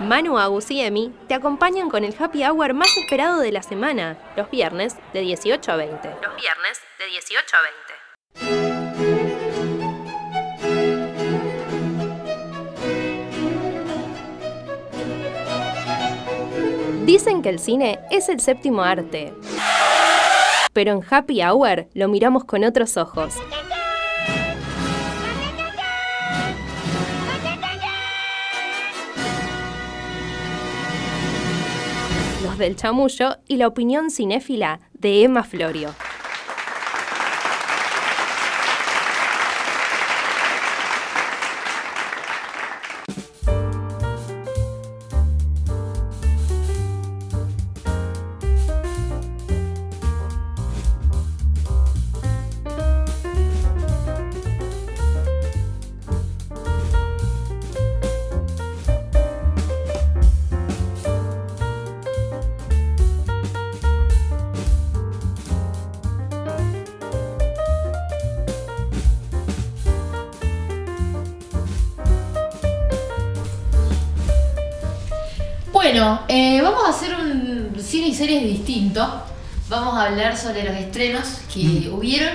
Manu Agusiemi te acompañan con el happy hour más esperado de la semana, los viernes de 18 a 20. Los viernes de 18 a 20. Dicen que el cine es el séptimo arte. Pero en Happy Hour lo miramos con otros ojos. Los del chamullo y la opinión cinéfila de Emma Florio. Bueno, eh, vamos a hacer un cine y series distinto. Vamos a hablar sobre los estrenos que Mm. hubieron.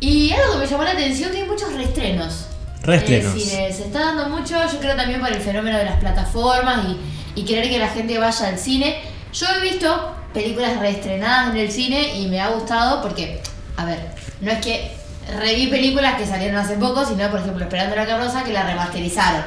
Y algo que me llamó la atención, que hay muchos reestrenos. Reestrenos. En el cine. Se está dando mucho, yo creo también por el fenómeno de las plataformas y, y querer que la gente vaya al cine. Yo he visto películas reestrenadas en el cine y me ha gustado porque, a ver, no es que reví películas que salieron hace poco, sino por ejemplo Esperando la Carroza que la remasterizaron.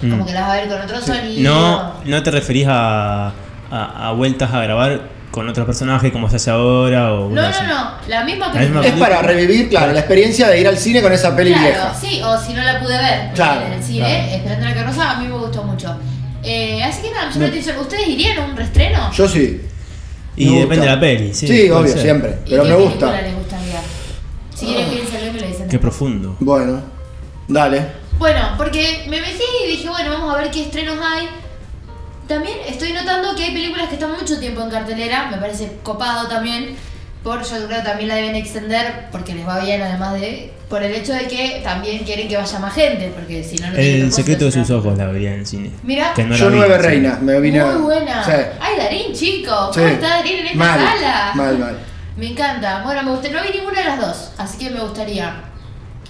Como Mm. que las va a ver con otro sonido. No, no te referís a, a- a vueltas a grabar con otros personajes como se hace ahora o No, una no, así. no. La misma La película. misma Es para revivir, claro, la experiencia de ir al cine con esa peli claro, vieja. sí, o si no la pude ver Claro, en el cine, claro. esperando la carroza, a mí me gustó mucho. Eh, así que nada, yo me atención, ¿ustedes irían a un restreno? Yo sí. Y Me depende gusta. de la peli, sí. Sí, puede obvio, ser. siempre. ¿Y Pero qué me película gusta. les gustaría? Si quieren, piénsenlo y me lo dicen. Qué profundo. Bueno, dale. Bueno, porque me metí y dije, bueno, vamos a ver qué estrenos hay. También estoy notando que hay películas que están mucho tiempo en cartelera, me parece copado también. Por yo creo que también la deben extender porque les va bien, además de. Por el hecho de que también quieren que vaya más gente, porque si no, no tiene El propósito, secreto de es una- sus ojos la vería en el cine. Mirá. Que no la Yo vi, nueve sí. reinas, me vine a- Muy buena. Sí. Ay, Darín, chico. Sí. ¿Cómo está Darín en esta mal, sala? Mal, mal. Me encanta. Bueno, me gusta. No vi ninguna de las dos, así que me gustaría.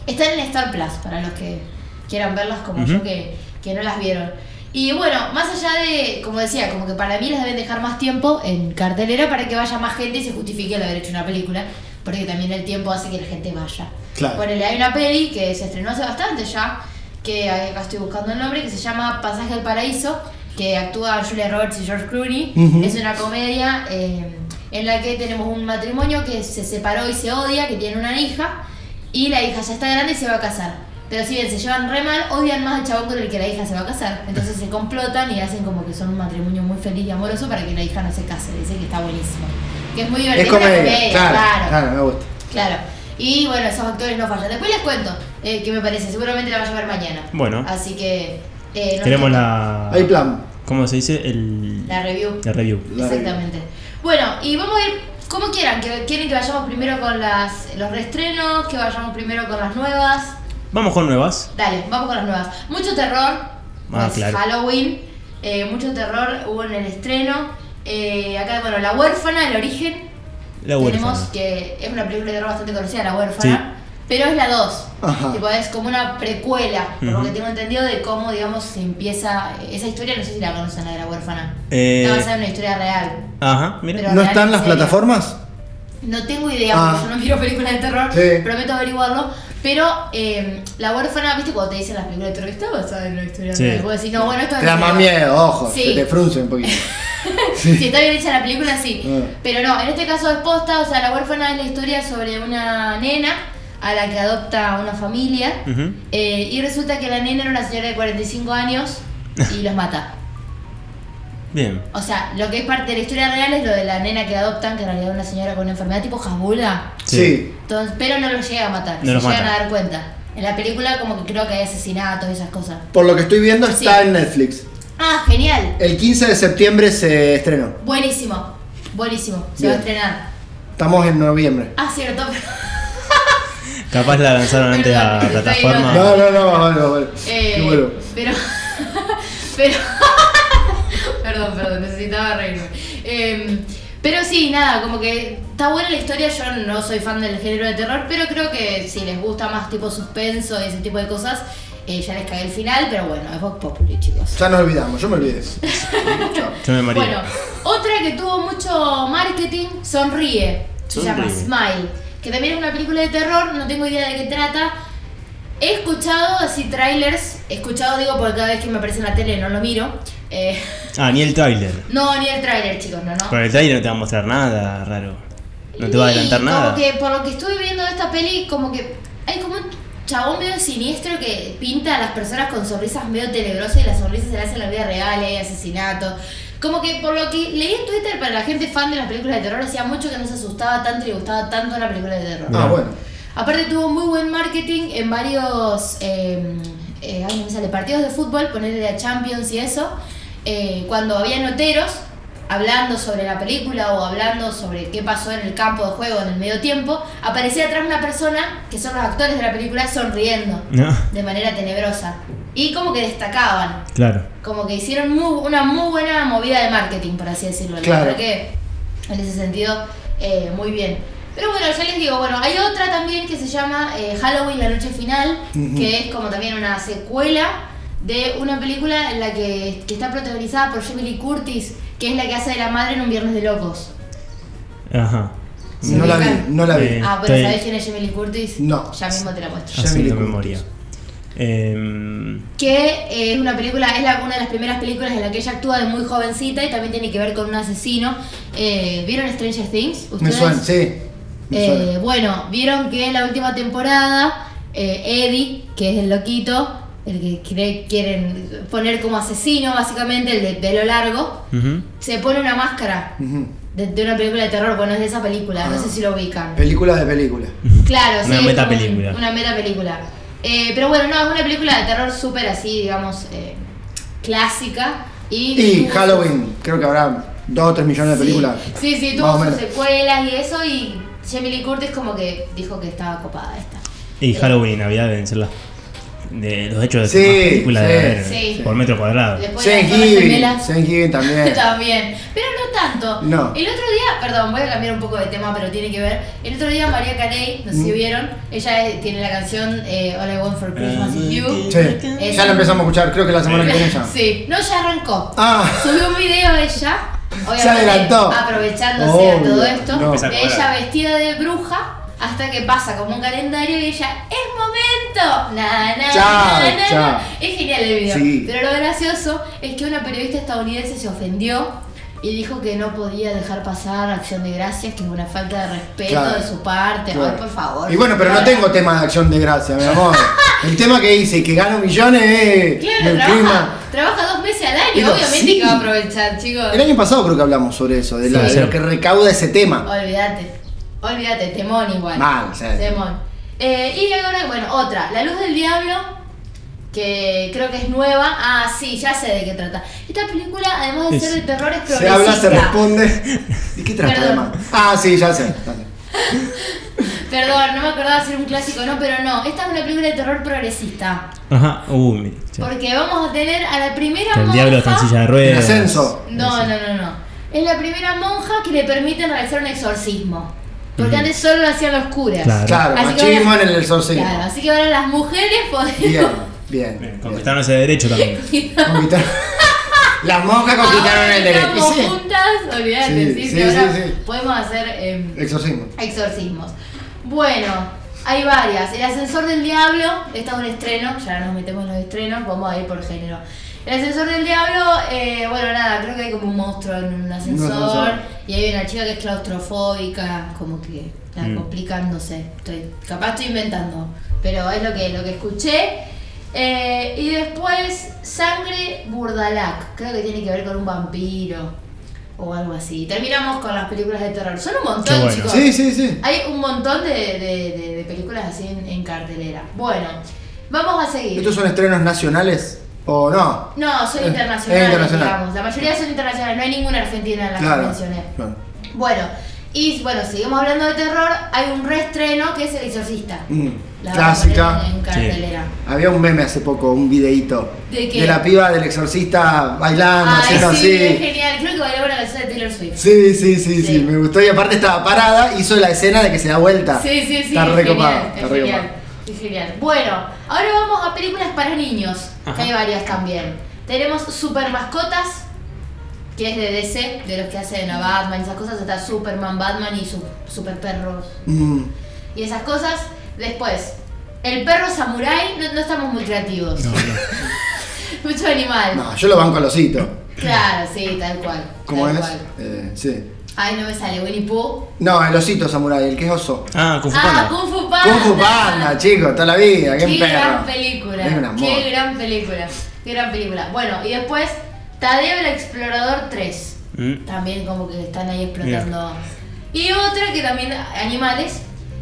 Están en Star Plus, para los que quieran verlas como yo Ujú. que, que no las vieron. Y bueno, más allá de, como decía, como que para mí las deben dejar más tiempo en cartelera para que vaya más gente y se justifique el haber hecho una película, porque también el tiempo hace que la gente vaya. Claro. Ponele, hay una peli que se estrenó hace bastante ya, que eh, acá estoy buscando el nombre, que se llama Pasaje al Paraíso, que actúa Julia Roberts y George Clooney. Ujú. Es una comedia eh, en la que tenemos un matrimonio que se separó y se odia, que tiene una hija, y la hija ya está grande y se va a casar. Pero si bien se llevan re mal, odian más al chabón con el que la hija se va a casar. Entonces se complotan y hacen como que son un matrimonio muy feliz y amoroso para que la hija no se case. Dice que está buenísimo. Que es muy divertido. Es comedia. Claro, claro, me gusta. Claro. Y bueno, esos actores no fallan. Después les cuento eh, qué me parece. Seguramente la vaya a ver mañana. Bueno. Así que. eh, no Queremos estoy- la. Hay plan. ¿Cómo se dice? El, La review. la review. La Exactamente. Bueno, y vamos a ir como quieran. Que, ¿Quieren que vayamos primero con las, los reestrenos? ¿Que vayamos primero con las nuevas? Vamos con nuevas. Dale, vamos con las nuevas. Mucho terror. Ah, pues, claro. Halloween. eh, mucho terror hubo en el estreno. Eh, acá, bueno, La huérfana, el origen. La Tenemos huérfana. que es una película de terror bastante conocida, La huérfana, pero es la 2. Ajá. Tipo, es como una precuela, por lo Ujú. que tengo entendido, de cómo, digamos, se empieza esa historia. No sé si la conocen, la de La huérfana. Eh. Está basada en una historia real. Ajá, mira. Pero ¿No real, están en las serio. plataformas? No tengo idea, Ah. porque yo no miro películas de terror, Sí. prometo averiguarlo. Pero eh, La huérfana, ¿viste cuando te dicen las películas de terror? Está basada en una historia Sí. real. Vos decís, no, bueno, esto Te es da más real. miedo, ojo, Sí. se te frunce un poquito. Si está bien hecha la película, sí. Ah. Pero no, en este caso es posta, o sea, la huérfana es la historia sobre una nena a la que adopta una familia. Ujú. eh, y resulta que la nena era una señora de 45 años y los mata. Bien. O sea, lo que es parte de la historia real es lo de la nena que adoptan, que en realidad es una señora con una enfermedad tipo Hasbula. Sí. Entonces, pero no los llega a matar, No los se llegan mata. a dar cuenta. En la película como que creo que hay asesinatos y esas cosas. Por lo que estoy viendo está Sí. en Netflix. Ah, genial. El 15 de septiembre se estrenó. Buenísimo. Buenísimo. Se va a Bien. estrenar. Estamos en noviembre. Ah, cierto. Capaz la lanzaron antes a Perdón, estoy Ah. plataforma. loca. No, no, no, no, no. Eh, Qué bueno. Pero. pero. Perdón, perdón, necesitaba reírme. Eh, pero sí, nada, como que está buena la historia. Yo no soy fan del género de terror, pero creo que si les gusta más tipo suspenso y ese tipo de cosas, eh, ya les cagué el final. Pero bueno, es Vox Populi, chicos. Ya nos olvidamos, yo me olvidé. Chao. Yo me mareé. Bueno, otra que tuvo mucho marketing, Sonríe. Se llama Sonríe. Smile. Que también es una película de terror, no tengo idea de qué trata. He escuchado así trailers, he escuchado, digo, porque cada vez que me aparece en la tele no lo miro. Eh, Ah, ni el tráiler. no, ni el trailer, chicos, no, no. Pero el tráiler no te va a mostrar nada raro. No te va a Y adelantar nada. Como que por lo que estuve viendo de esta peli, como que hay como un chabón medio siniestro que pinta a las personas con sonrisas medio tenebrosas y las sonrisas se le hacen en la vida real, y hay asesinatos. Como que por lo que leí en Twitter, para la gente fan de las películas de terror, hacía mucho que no se asustaba tanto y le gustaba tanto la película de terror. Ah, bueno. Aparte tuvo muy buen marketing en varios eh, eh, ay, no me sale, partidos de fútbol, ponerle a Champions y eso, eh, cuando había noteros hablando sobre la película o hablando sobre qué pasó en el campo de juego en el medio tiempo, aparecía atrás una persona, que son los actores de la película, sonriendo No, de manera tenebrosa. Y como que destacaban, claro. como que hicieron muy- una muy buena movida de marketing, por así decirlo. La Claro. verdad que en ese sentido, eh, muy bien. Pero bueno, ya les digo, bueno, hay otra también que se llama eh, Halloween, la noche final, Ujú. que es como también una secuela de una película en la que, que está protagonizada por Jamie Lee Curtis, que es la que hace de la madre en un Viernes de Locos. Ajá. Sí, no la vi, ubican. no la vi. Eh, ah, pero estoy- ¿sabés quién es Jamie Lee Curtis? No. Ya mismo te la muestro. Ya me Haciendo di cuenta. memoria. Eh, que eh, es una película, es la- una de las primeras películas en la que ella actúa de muy jovencita y también tiene que ver con un asesino. Eh, ¿Vieron Stranger Things? ¿Ustedes? Me suena, sí. Me Eh, suena. bueno, vieron que en la última temporada eh, Eddie, que es el loquito, el que cree- quieren poner como asesino básicamente, el de pelo largo, ujú. se pone una máscara Ujú. Ah. de, de una película de terror. Bueno, es de esa película, no sé si lo ubican. Películas de película. Claro, Una sí. es como metapelícula. un- Una metapelícula. Eh, pero bueno, no, es una película de terror súper así, digamos, eh, clásica. Y, Y tuvo sus- Halloween, creo que habrá 2 o 3 millones de películas. Sí, sí, Más o tuvo sus menos. secuelas y eso. Y Jamie Lee Curtis como que dijo que estaba copada esta. Y Halloween y Navidad deben ser las. De los hechos de Sí, más películas de sí, haber sí. por metro cuadrado. Después de las Torres Thanksgiving, Gemelas, Thanksgiving también. También, pero no tanto. Eh. No. El otro día, perdón, voy a cambiar un poco de tema, pero tiene que ver. El otro día María Carey, no sé Mm. si vieron, ella eh, tiene la canción eh, All I Want for Christmas is You. Sí, ya la empezamos a escuchar, creo que la semana que viene ya. Sí, no, ya arrancó. Ah, Subió un video ella, obviamente, Se adelantó. aprovechándose de Obvio, todo esto, no. Empezar de ella fuera. vestida de bruja, hasta que pasa como un calendario y ella, ¡es momento! Na, na, Chao, na, na, chao. na". Es genial el video. Sí. Pero lo gracioso es que una periodista estadounidense se ofendió. Y dijo que no podía dejar pasar Acción de Gracias, que es una falta de respeto Claro. de su parte. claro. Ay, por favor. Y bueno, pero no Ahora, tengo tema de acción de gracia, mi amor. El tema que hice y que gano millones es Claro, el trabaja, clima. trabaja dos meses al año, Pero obviamente sí. que va a aprovechar, chicos. El año pasado creo que hablamos sobre eso, de, la- Sí, de lo sí. que recauda ese tema. Olvídate, olvídate, temón igual. Mal, o sea. Temón. Eh, y ahora, bueno, otra, La Luz del Diablo, que creo que es nueva. Ah, sí, ya sé de qué trata. Esta película, además de Es- ser de terror, es Se habla, se progresista. responde. ¿Y qué trata Perdón. además? Ah, sí, ya sé. ya sé. Perdón, no me acordaba si era un clásico o no, pero no. Esta es una película de terror progresista. Ajá. Uh, mira. sí. Porque vamos a tener a la primera El diablo está en monja- silla de ruedas. El ascenso. No, no, no, no. Es la primera monja que le permiten realizar un exorcismo. Porque antes solo lo hacían los curas. Claro. Claro, Así que machismo en ahora- el exorcismo. Claro, así que ahora las mujeres podemos. Bien, bien. bien. Bien, Conquistaron ese derecho también. Conquistaron- Las monjas conquistaron Ahora el que derecho. estamos Y sí, juntas, olvídate, Sí, sí, sí, sí, ahora sí, sí. podemos hacer eh, Exorcismo. exorcismos. Bueno, hay varias. El ascensor del diablo, esta es un estreno, ya nos metemos en los estrenos, vamos a ir por género. El ascensor del diablo, eh, bueno, nada, creo que hay como un monstruo en un ascensor, ascensor. y hay una chica que es claustrofóbica, como que la Mm. complican, no sé, estoy, capaz estoy inventando, pero es lo que, lo que escuché. Eh, y después, Sangre Burdalac, creo que tiene que ver con un vampiro o algo así. Terminamos con las películas de terror, son un montón, Qué bueno. chicos. Sí, sí, sí. Hay un montón de, de- de- de películas así en, en cartelera. Bueno, vamos a seguir. ¿Estos son estrenos nacionales o no? No, son Eh, internacionales, internacional. digamos. La mayoría son internacionales, no hay ninguna argentina en la que mencioné. claro. Bueno, Y bueno, seguimos hablando de terror, hay un reestreno que es El Exorcista. Mm, La van a poner Clásica. En, en cartelera. Había un meme hace poco, un videíto. ¿De qué? la piba del exorcista bailando, Ay, haciendo sí, es así. genial. Creo que bailaba una canción de Taylor Swift. Sí, sí, sí, sí, Sí. me gustó. Y aparte estaba parada, hizo la escena de que se da vuelta. Sí, sí, sí. Está es recopado. genial, Está es re genial, copado. es genial. Bueno, ahora vamos a películas para niños. Ajá. Que hay varias también. Tenemos Super Mascotas, que es de DC, de los que hacen a Batman y esas cosas. Está Superman, Batman y su, Super Perros Mm, y esas cosas. Después, El Perro Samurai, no, no estamos muy creativos. No, no. Mucho animal. No, yo lo banco al osito. Claro, sí, tal cual. ¿Cómo tal es? cual. Eh, sí. Ay, no me sale Winnie Pooh. No, el osito samurai, el que es oso. Ah, Kung Fu Ah, Panda. Kung Fu Panda. Kung Fu Panda, chicos, toda la vida, qué, Qué perro. gran película. Es un amor. Qué gran película. Qué gran película. Bueno, y después Tadeo el Explorador 3. Mm. También como que están ahí explotando. Y otra que también animales.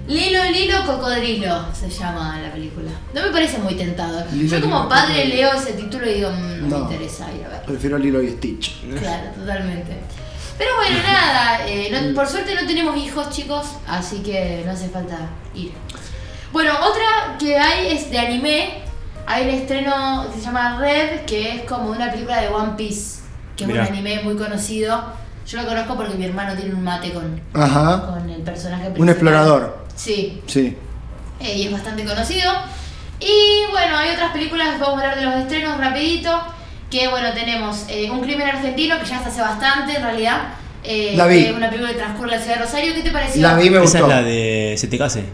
Lilo Lilo Cocodrilo se llama la película. No me parece muy tentador. Lilo, Yo como Lilo, padre Cocodrilo. leo ese título y digo, "Mm, no, No. me interesa ir a ver. Prefiero Lilo y Stitch. Claro, totalmente. Pero bueno, nada, eh, no- por suerte no tenemos hijos, chicos, así que no hace falta ir. Bueno, otra que hay es de anime. Hay un estreno que se llama Red, que es como una película de One Piece, que Mirá. es un anime muy conocido. Yo lo conozco porque mi hermano tiene un mate con, Ajá. con el personaje principal. Un explorador. Sí, Sí. eh, y es bastante conocido. Y bueno, hay otras películas, vamos a hablar de los estrenos rapidito, que bueno, tenemos eh, Un crimen argentino, que ya se hace bastante en realidad. eh, La vi. que es una película que transcurre en la ciudad de Rosario, ¿qué te pareció? La vi, me Esa gustó. es la de Se te case.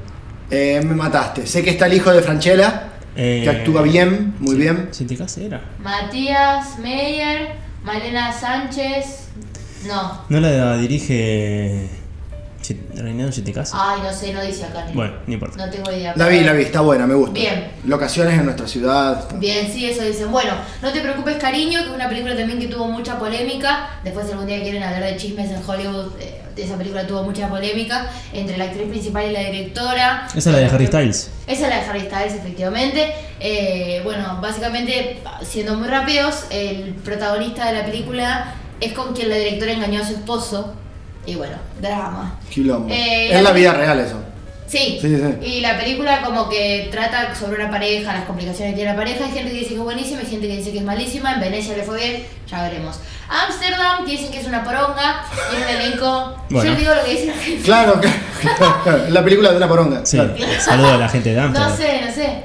Eh, me mataste. Sé que está el hijo de Franchella, Eh, que actúa bien, muy Se- bien. Se te case era. Matías Meyer, Malena Sánchez, no, No la dirige Se- Reinaldo Se te case. ay, no sé, no dice acá. ni- Bueno, no importa. Ah. No tengo idea. La pero- vi, la vi, está buena, me gusta. Bien. Locaciones en nuestra ciudad. Bien, sí, eso dicen. Bueno, no te preocupes, cariño, que es una película también que tuvo mucha polémica. Después, si algún día quieren hablar de chismes en Hollywood, eh, esa película tuvo mucha polémica entre la actriz principal y la directora. Esa es la de Harry Styles. Esa es la de Harry Styles, efectivamente. Eh, bueno, básicamente, siendo muy rápidos, el protagonista de la película es con quien la directora engañó a su esposo. Y bueno, drama. Quilombo. Eh, la es la vida real eso. Sí. Sí, sí. Y la película como que trata sobre una pareja, las complicaciones que tiene la pareja. Hay gente que dice que es buenísima, hay gente que dice que es malísima. En Venecia le fue bien, ya veremos. Ámsterdam, que dicen que es una poronga, tiene un elenco... Bueno. Yo digo lo que dice la gente. Claro, claro. la película de una poronga. Sí. claro. Saludo a la gente de Amsterdam. No sé, no sé.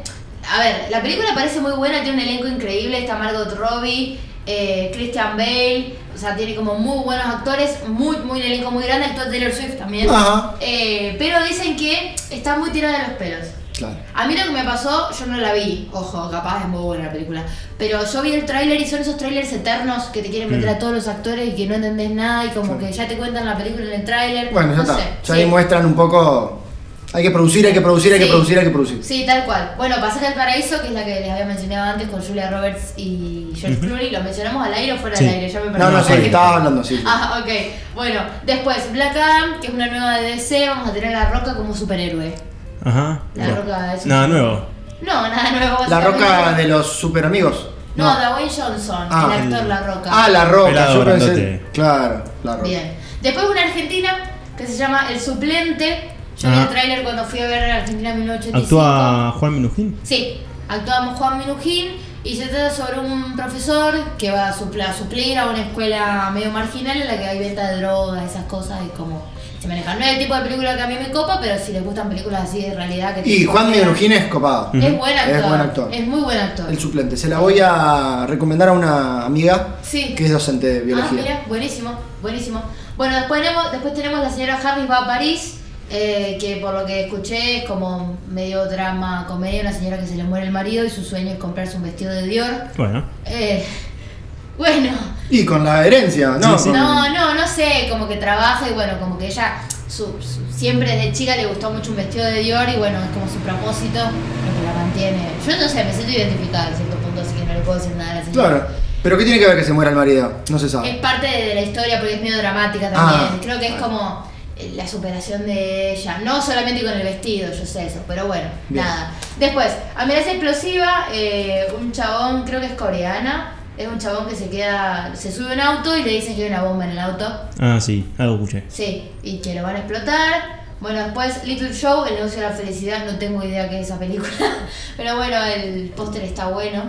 A ver, la película parece muy buena, tiene un elenco increíble, está Margot Robbie, eh, Christian Bale, o sea, tiene como muy buenos actores, muy, muy un elenco muy grande, actúa Taylor Swift también. Ajá. Eh, pero dicen que está muy tirada de los pelos. Claro. A mí lo que me pasó, yo no la vi, ojo, capaz es muy buena la película, pero yo vi el tráiler y son esos trailers eternos que te quieren meter Mm. a todos los actores y que no entendés nada y como que ya te cuentan la película en el tráiler. Bueno, ya no está. sé, Ya ahí sí. muestran un poco. Hay que producir, hay que producir, hay que Sí. producir, hay que producir. Sí, tal cual. Bueno, Pasaje al Paraíso, que es la que les había mencionado antes con Julia Roberts y George Clooney, lo mencionamos al aire o fuera Sí. del aire, ya me perdí. No, no, No, sí, sí. estabas hablando, sí. sí. Ah, ok. Bueno, después Black Adam, que es una nueva de DC, vamos a tener a La Roca como superhéroe. Ajá. La Bueno. Roca es un- Nada nuevo. No, nada nuevo. La básicamente. roca de los super amigos. No, Dwayne Johnson, Ah, el actor el- La Roca. Ah, la roca. Pelado, yo pensé- grandote. Claro, la roca. Bien. Después una argentina que se llama El Suplente. Yo vi Ah. el tráiler cuando fui a ver a Argentina en 1985. Actúa Juan Minujín. Sí, actuamos Juan Minujín y se trata sobre un profesor que va a, supl- a suplir a una escuela medio marginal en la que hay venta de drogas, esas cosas y como se manejan. No es el tipo de película que a mí me copa, pero si les gustan películas así de realidad que Y te- Juan Miguel es copado. es buen actor. Es buen actor. es muy buen actor. El suplente. Se la voy a recomendar a una amiga Sí. que es docente de Ah, biología. mira, buenísimo, buenísimo. Bueno, después tenemos, después tenemos la señora Harris va a París, eh, que por lo que escuché es como medio drama, comedia, una señora que se le muere el marido y su sueño es comprarse un vestido de Dior. Bueno. Eh, bueno, y con la herencia, ¿no? Sí, sí. Con- no, no, no sé, como que trabaja y bueno, como que ella su- su- siempre desde chica le gustó mucho un vestido de Dior y bueno, es como su propósito, lo que la mantiene. Yo no sé, me siento identificada en cierto punto, así que no le puedo decir nada a la señora. Claro. Pero ¿qué tiene que ver que se muera el marido? No se Es sabe. parte de la historia porque es medio dramática también. Ah. Creo que es como eh, la superación de ella. No solamente con el vestido, yo sé eso, pero bueno, Bien. nada. Después, amenaza explosiva, eh, un chabón, creo que es coreana, Es un chabón que se queda, se sube a un auto y le dicen que hay una bomba en el auto. Ah, sí, algo escuché. Sí, y que lo van a explotar. Bueno, después Little Show, El negocio de la felicidad, no tengo idea qué es esa película. Pero bueno, el póster está bueno.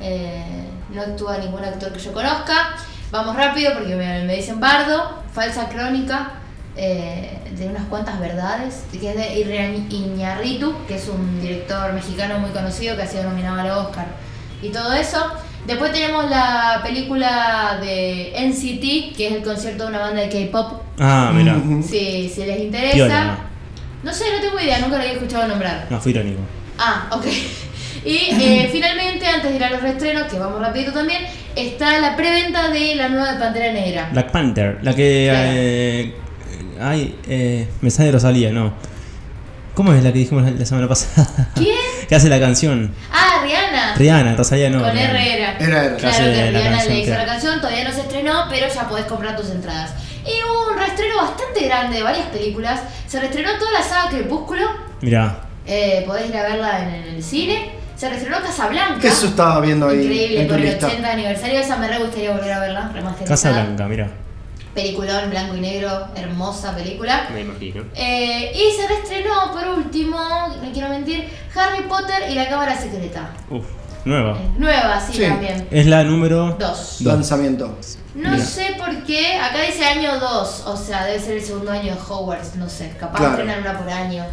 Eh, no actúa ningún actor que yo conozca. Vamos rápido porque me, me dicen bardo. Falsa crónica eh, de unas cuantas verdades. Que es de Irrian Iñarritu, que es un director mexicano muy conocido que ha sido nominado al Oscar. Y todo eso. Después tenemos la película de NCT, que es el concierto de una banda de K-pop Ah, mira. Ujú. si, si les interesa. Piola, ¿no? sé, no tengo idea, nunca lo había escuchado nombrar. No, fue irónico. Ah, ok. Y eh, finalmente, antes de ir a los reestrenos, que vamos rapidito también, está la preventa de la nueva de Pantera Negra. Black Panther, la que. Claro. eh, ay, eh, me sale Rosalía, no. ¿Cómo es la que dijimos la, la semana pasada? ¿Quién? que hace la canción. Ah, Rihanna. Rihanna, Rosalía no. Con Rihanna. R era. Era R. Claro Hace que la Rihanna canción, le hizo claro. la canción, todavía no se estrenó, pero ya podés comprar tus entradas. Y hubo un reestreno bastante grande de varias películas. Se reestrenó toda la saga Crepúsculo. Mirá, eh, podés ir a verla en, en el cine. Se reestrenó Casablanca. ¿Qué eso estaba viendo ahí Increíble, en tu por el lista? 80 aniversario, esa me re gustaría volver a verla, remasterizada. Casa Blanca, mirá. Peliculón, blanco y negro, hermosa película. Me imagino. Eh, y se reestrenó, por último, no quiero mentir, Harry Potter y la Cámara Secreta. Uf, nueva. Eh, Nueva, sí, Sí. también. Es la número. Dos. Lanzamiento. No Mira. sé por qué, acá dice año 2, o sea, debe ser el segundo año de Hogwarts, no sé, capaz Claro. estrenan una por año,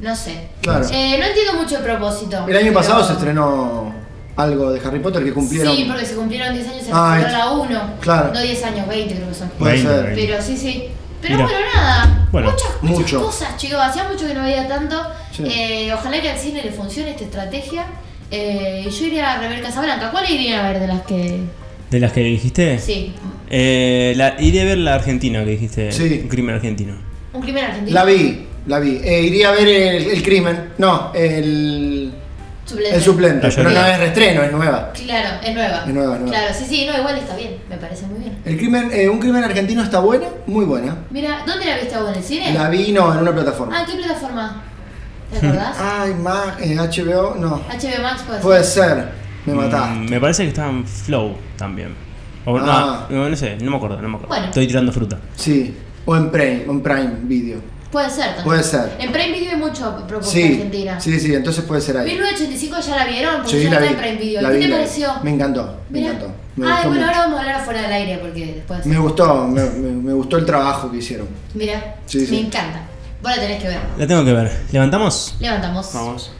no sé. Claro. Eh, no entiendo mucho el propósito. El año pasado pero- se estrenó algo de Harry Potter que cumplieron. Sí, porque se cumplieron 10 años, se Ah, reestrenó la 1. claro. No 10 años, 20 creo que son. Puede Bueno, ser. eh. Pero sí, sí. Pero Mira. bueno, nada. Bueno, muchas, muchas mucho. cosas, chicos. Hacía mucho que no veía tanto. Sí. Eh, ojalá que al cine le funcione esta estrategia. Eh, y yo iría a rever Casablanca. ¿Cuál iría a ver de las que.? ¿De las que dijiste? Sí. Eh, la, iré a ver la argentina que dijiste. Sí. Un crimen argentino. Un crimen argentino. La vi, la vi. Eh, iría a ver el, el crimen. No, el, Suplente. el suplente. La Pero no llorona. es restreno, es nueva. Claro, es nueva. Es nueva, es nueva. Claro, sí, sí, no, igual está bien. Me parece muy bien. El crimen, eh, un crimen argentino está buena, muy buena. Mira, ¿dónde la viste vos? ¿En el cine? La vi, no, en una plataforma. Ah, ¿qué plataforma? ¿Te acordás? Ay, ma, eh, HBO, no. HBO Max puede ser. Puede ser, me Mm, mataste. me parece que estaba en Flow también. O, no, Ah. no, no sé, no me acuerdo, no me acuerdo. Bueno. Estoy tirando fruta. Sí, o en Prime, o en Prime Video. Puede ser también. Puede ser. En Prime Video hay mucho propuesta Sí, argentina. sí, sí, entonces puede ser ahí. 1985 ya la vieron, porque Sí, ya la está vi, en Prime Video. la ¿Qué vi, te la vi. pareció? Me encantó, me Mirá. encantó. Me Ay, gustó bueno, mucho. ahora vamos a hablar afuera del aire porque después. Me gustó, me, me- me gustó el trabajo que hicieron. Mira, Sí, me sí. encanta. Vos la tenés que ver. La tengo que ver. ¿Levantamos? Levantamos. Vamos.